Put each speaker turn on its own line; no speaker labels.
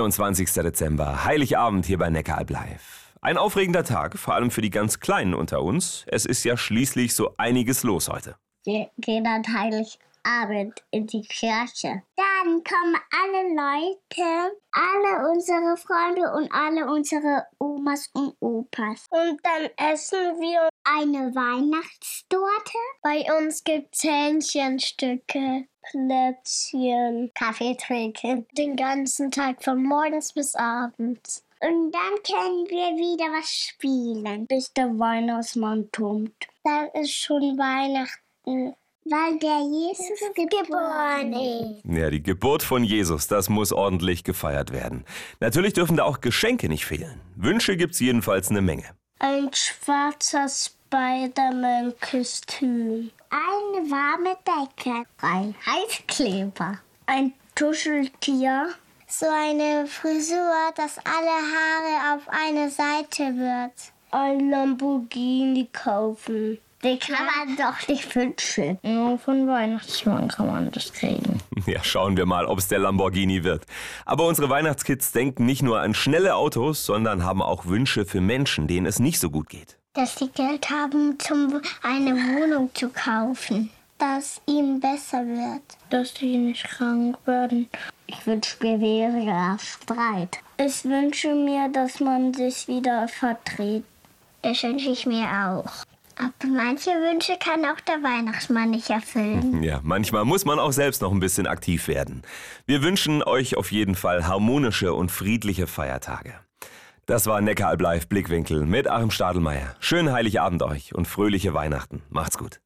24. Dezember, Heiligabend hier bei Neckaralb Live. Ein aufregender Tag, vor allem für die ganz Kleinen unter uns. Es ist ja schließlich so einiges los heute.
Wir gehen an Heiligabend in die Kirche. Dann kommen alle Leute, alle unsere Freunde und alle unsere Omas und Opas. Und dann essen wir eine Weihnachtstorte. Bei uns gibt's Hähnchenstücke, Plätzchen, Kaffee trinken. Den ganzen Tag von morgens bis abends. Und dann können wir wieder was spielen. Bis der Weihnachtsmann kommt. Dann ist schon Weihnachten. Weil der Jesus geboren ist.
Ja, die Geburt von Jesus, das muss ordentlich gefeiert werden. Natürlich dürfen da auch Geschenke nicht fehlen. Wünsche gibt's jedenfalls eine Menge.
Ein schwarzer Spider-Man-Kostüm. Eine warme Decke. Ein Heißkleber. Ein Tuscheltier. So eine Frisur, dass alle Haare auf eine Seite wird. Ein Lamborghini kaufen. Den kann man doch nicht wünschen.
Nur von Weihnachtsmann kann man das kriegen.
Ja, schauen wir mal, ob's der Lamborghini wird. Aber unsere Weihnachtskids denken nicht nur an schnelle Autos, sondern haben auch Wünsche für Menschen, denen es nicht so gut geht.
Dass sie Geld haben, um eine Wohnung zu kaufen. Dass ihm besser wird.
Dass die nicht krank werden.
Ich wünsche mir weniger Streit. Ich wünsche mir, dass man sich wieder verdreht. Das wünsche ich mir auch. Aber manche Wünsche kann auch der Weihnachtsmann nicht erfüllen.
Ja, manchmal muss man auch selbst noch ein bisschen aktiv werden. Wir wünschen euch auf jeden Fall harmonische und friedliche Feiertage. Das war Neckaralb Live Blickwinkel mit Achim Stadelmeier. Schönen Heiligabend euch und fröhliche Weihnachten. Macht's gut.